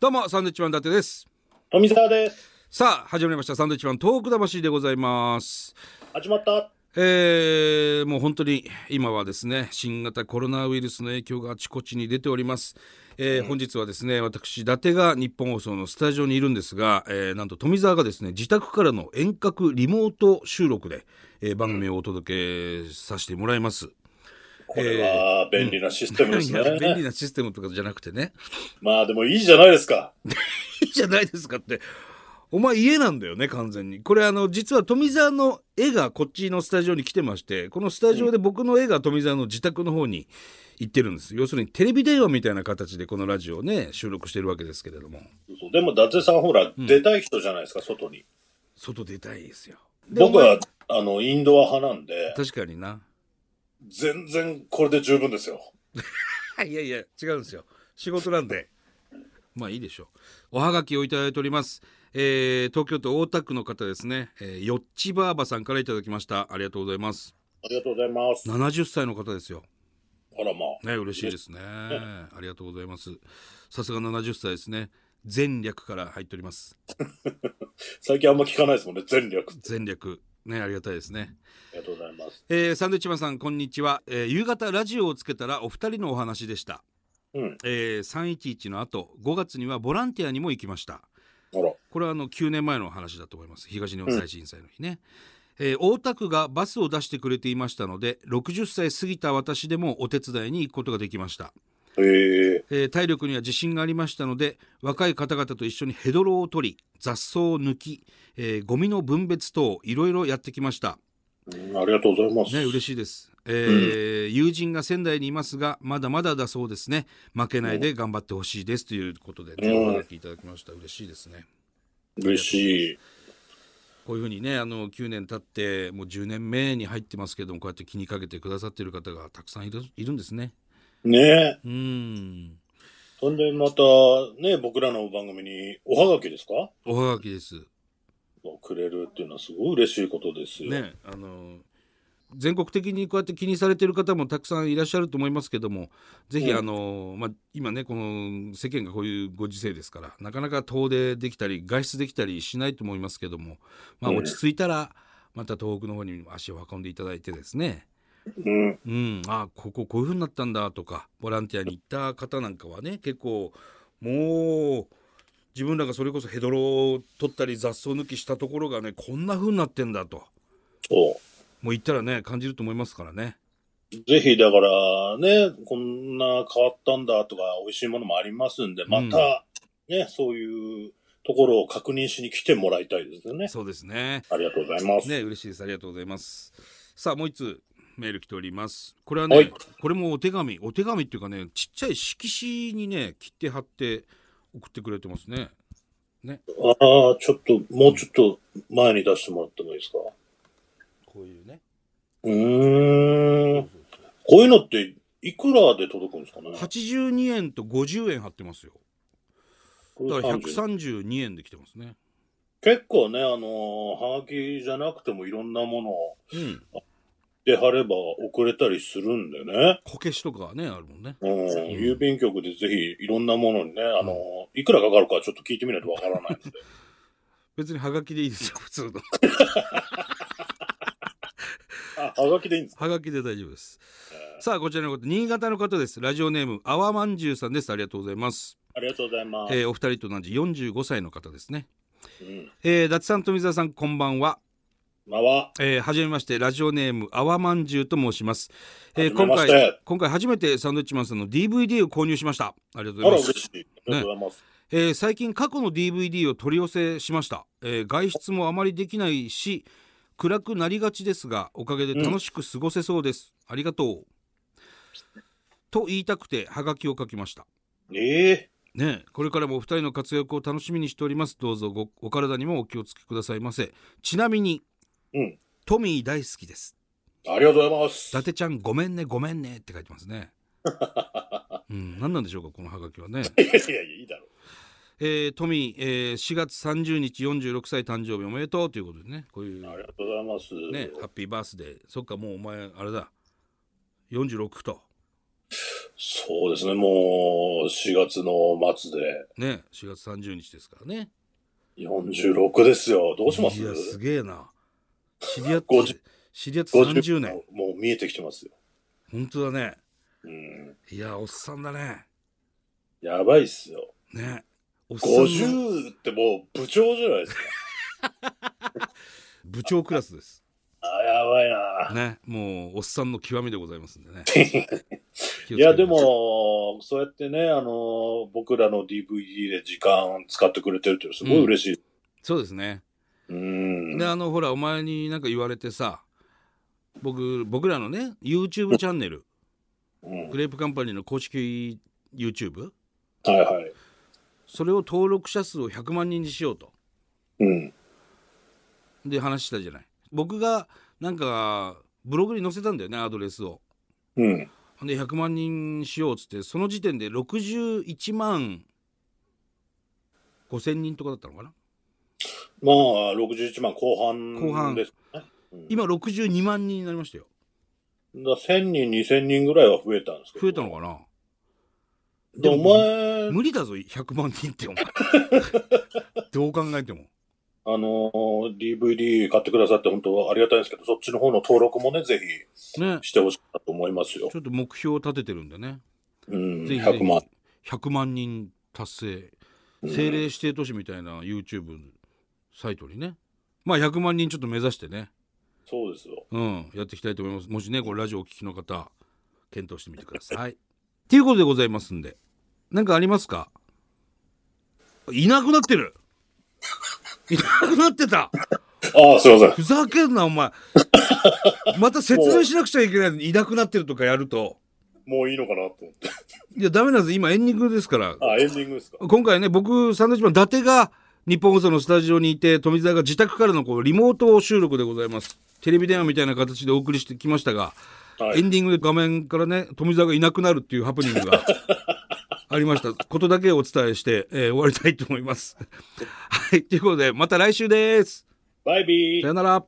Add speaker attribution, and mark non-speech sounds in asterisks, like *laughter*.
Speaker 1: どうもサンドウィッチマン伊達です
Speaker 2: 富澤です。
Speaker 1: さあ始まりましたサンドウィッチマントーク魂でございます
Speaker 2: 始まった。
Speaker 1: えーもう本当に今はですね新型コロナウイルスの影響があちこちに出ております、えー本日はですね私伊達が日本放送のスタジオにいるんですが、えーなんと富澤がですね自宅からの遠隔リモート収録で、えー番組をお届けさせてもらいます、
Speaker 2: これは便利なシステム
Speaker 1: *laughs*
Speaker 2: です
Speaker 1: い
Speaker 2: ね。
Speaker 1: や便利なシステムとかじゃなくてね
Speaker 2: まあでもいいじゃないですか。
Speaker 1: いいじゃないですかってお前家なんだよね完全にこれあの実は富澤の絵がこっちのスタジオに来てましてこのスタジオで僕の絵が富澤の自宅の方に行ってるんです要するにテレビ電話みたいな形でこのラジオをね収録してるわけですけれども
Speaker 2: そうでも伊達さんほら、出たい人じゃないですか、外に。
Speaker 1: 外出たいですよで
Speaker 2: 僕
Speaker 1: お
Speaker 2: は
Speaker 1: 前、
Speaker 2: あの、インドア派なんで、
Speaker 1: 確かにな
Speaker 2: 全然これで十分ですよ。
Speaker 1: いやいや違うんですよ仕事なんでまあいいでしょうおはがきをいただいておりますえー東京都大田区の方ですね、えー、よっちばあばさんからいただきましたありがとうございます
Speaker 2: ありがとうございます。
Speaker 1: 70歳の方ですよ。
Speaker 2: あらまあ。
Speaker 1: ね、嬉しい
Speaker 2: *laughs*
Speaker 1: ですね。ありがとうございます。さすが70歳ですね。前略から入っております。
Speaker 2: 最近あんま聞かないですもんね、全略。
Speaker 1: 前略。ね、ありがたいですね。
Speaker 2: ありがとうございます。
Speaker 1: えーサンドウィッチマンさん、こんにちは、えー夕方ラジオをつけたらお二人のお話でした。
Speaker 2: うん。
Speaker 1: えー、311の後、5月にはボランティアにも行きました。
Speaker 2: ほら。
Speaker 1: これはあの9年前の話だと思います東日本大震災の日ね、えー大田区がバスを出してくれていましたので60歳過ぎた私でもお手伝いに行くことができました、
Speaker 2: へえ
Speaker 1: えー体力には自信がありましたので若い方々と一緒にヘドロを取り雑草を抜き、えーゴミの分別等いろいろやってきました
Speaker 2: うんありがとうございます。
Speaker 1: ね嬉しいです、えー友人が仙台にいますがまだまだだそうですね負けないで頑張ってほしいですということで、ね
Speaker 2: うん
Speaker 1: お話いただきました嬉しいですね
Speaker 2: 嬉しい。
Speaker 1: こういうふうにねあの9年経ってもう10年目に入ってますけどもこうやって気にかけてくださっている方がたくさんいるいるんですね
Speaker 2: ねえ。
Speaker 1: うーん
Speaker 2: そんでまた、ね、僕らの番組におはがきですか
Speaker 1: おはがきです
Speaker 2: くれるっていうのはすごい嬉しいことですよ。
Speaker 1: ねあの全国的にこうやって気にされてる方もたくさんいらっしゃると思いますけどもぜひ
Speaker 2: うん
Speaker 1: あの、まあ、今ねこの世間がこういうご時世ですからなかなか遠出できたり外出できたりしないと思いますけども、まあ、
Speaker 2: うん
Speaker 1: 落ち着いたらまた東北の方に足を運んでいただいてですね、
Speaker 2: うん。
Speaker 1: うん、あこここういうふうになったんだとかボランティアに行った方なんかはね結構もう自分らがそれこそヘドロを取ったり雑草抜きしたところがねこんなふうになってんだと
Speaker 2: そう。
Speaker 1: もう言ったらね感じると思いますからね
Speaker 2: ぜひ、だからね、こんな変わったんだとか、美味しいものもありますんで、また、ね、そういうところを確認しに来てもらいたいですよね。
Speaker 1: そうですね
Speaker 2: ありがとうございます。
Speaker 1: ね嬉しいですありがとうございますさあもう一通メール来ておりますこれはね、
Speaker 2: はい
Speaker 1: これもお手紙お手紙っていうかねちっちゃい色紙にね切って貼って送ってくれてますね
Speaker 2: ああ、ちょっと、もうちょっと前に出してもらってもいいですか。
Speaker 1: こういうね
Speaker 2: うーん。こういうのって、いくらで届くんですかね
Speaker 1: 82円と50円貼ってますよ
Speaker 2: これ
Speaker 1: だから
Speaker 2: 30
Speaker 1: 132円で来てますね。
Speaker 2: 結構ね、あのーはがきじゃなくてもいろんなものを
Speaker 1: うん。
Speaker 2: で貼れば送れたりするんでね。
Speaker 1: こけしとかね、あるもんね。
Speaker 2: うん、郵便局でぜひいろんなものにね、あの、いくらかかるかちょっと聞いてみないとわからないの
Speaker 1: *laughs*
Speaker 2: で。
Speaker 1: 別にハガキでいいですよ、普 *laughs* 通の。
Speaker 2: あ、はがきでいいんですか
Speaker 1: ハガキで大丈夫です。さあ、こちらの方、新潟の方です。ラジオネーム、あわまんじゅうさんです。ありがとうございます。
Speaker 2: ありがとうございます。
Speaker 1: えーお二人と同じ45歳の方ですね。
Speaker 2: うん。
Speaker 1: えー、伊達さん、富澤さん、こんばんは。
Speaker 2: まあは、
Speaker 1: えー、はじめまして、ラジオネーム、あわまんじゅうと申します。えー、
Speaker 2: はじめ
Speaker 1: 今
Speaker 2: まして
Speaker 1: 回、今回初めてサンドウィッチマンさんの DVD を購入しました。ありがとうござ
Speaker 2: あ
Speaker 1: い
Speaker 2: ら、
Speaker 1: ま
Speaker 2: 嬉
Speaker 1: す。
Speaker 2: しい。ありがとうございます。
Speaker 1: えー最近過去の DVD を取り寄せしました、えー外出もあまりできないし暗くなりがちですがおかげで楽しく過ごせそうです、ありがとうと言いたくてハガキを書きました
Speaker 2: ええ
Speaker 1: ねえこれからもお二人の活躍を楽しみにしておりますどうぞごお体にもお気をつけくださいませちなみに
Speaker 2: うん。
Speaker 1: トミー大好きです
Speaker 2: ありがとうございます。
Speaker 1: 伊達ちゃんごめんねごめんねって書いてます
Speaker 2: *laughs*
Speaker 1: ねうん何なんでしょうかこのハガキはね
Speaker 2: いやいやいや、いいだろ
Speaker 1: えー、トミー、えー、4月30日46歳誕生日おめでとうということでねこういう
Speaker 2: う。あ
Speaker 1: ね
Speaker 2: りがとうございます。
Speaker 1: ハッピーバースデーそっかもうお前あれだ46と
Speaker 2: そうですね、もう4月の末で
Speaker 1: ね4月30日ですからね
Speaker 2: 46ですよ。どうします
Speaker 1: いやすげえな知り合っ
Speaker 2: 50
Speaker 1: て知り合って
Speaker 2: ?50
Speaker 1: 30年
Speaker 2: もう見えてきてますよ。
Speaker 1: 本当だね
Speaker 2: うん。
Speaker 1: いやおっさんだね
Speaker 2: やばいっすよ。
Speaker 1: ねおっさんの
Speaker 2: 50ってもう部長じゃないですか。
Speaker 1: 部長クラスです
Speaker 2: あ、やばいな。
Speaker 1: ねもうおっさんの極みでございますんで
Speaker 2: *laughs*
Speaker 1: ね
Speaker 2: いや、でも、そうやってね、あの、僕らの DVD で時間使ってくれてるっていうのすごい嬉しい。
Speaker 1: そうですね
Speaker 2: うん。
Speaker 1: であのほらお前になんか言われてさ僕僕らのね YouTube チャンネル
Speaker 2: うん
Speaker 1: グレープカンパニーの公式 YouTube
Speaker 2: はいはい。
Speaker 1: それを登録者数を100万人にしようと
Speaker 2: うん。
Speaker 1: で話したじゃない僕がなんかブログに載せたんだよねアドレスを
Speaker 2: うん。
Speaker 1: で100万人にしようっつってその時点で61万5000人とかだったのかな
Speaker 2: まあ、61万後半
Speaker 1: 後半
Speaker 2: ですね。うん
Speaker 1: 今62万人になりましたよ
Speaker 2: だ1000人、2000人ぐらいは増えたんですけど。
Speaker 1: 増えたのかな
Speaker 2: でお前、
Speaker 1: 無理だぞ100万人ってお前どう考えても
Speaker 2: あのー、DVD 買ってくださって本当ありがたいんですけど、そっちの方の登録もね、ぜ
Speaker 1: ね
Speaker 2: ひしてほしいなと思いますよ
Speaker 1: ち。ょっと目標を立ててるんでね
Speaker 2: うん、
Speaker 1: ぜひぜひ
Speaker 2: 100万。
Speaker 1: 100万人達成
Speaker 2: うん
Speaker 1: 政令指定都市みたいな YouTube サイトにねまあ100万人ちょっと目指してね、
Speaker 2: そうですよ。
Speaker 1: うん、やっていきたいと思いますもしねこれラジオをお聞きの方検討してみてくださいっていうことでございますんで何かありますかいなくなってるいなくなってた
Speaker 2: ああ、すいません。
Speaker 1: ふざけんなお前また説明しなくちゃいけないのにいなくなってるとかやると
Speaker 2: もういいのかなと思って。
Speaker 1: いやダメなんです今エンディングですから
Speaker 2: あ、エンディングですか。
Speaker 1: 今回ね、僕、サンドウィッチマン、伊達が日本放送のスタジオにいて、富澤が自宅からのこうリモート収録でございます。テレビ電話みたいな形でお送りしてきましたが、
Speaker 2: は
Speaker 1: エ
Speaker 2: い。
Speaker 1: ンディングで画面からね、富澤がいなくなるっていうハプニング
Speaker 2: *laughs*
Speaker 1: がありました。ことだけお伝えして、えー終わりたいと思います。はい、ということで、また来週です。
Speaker 2: バイビー
Speaker 1: さよ。なら。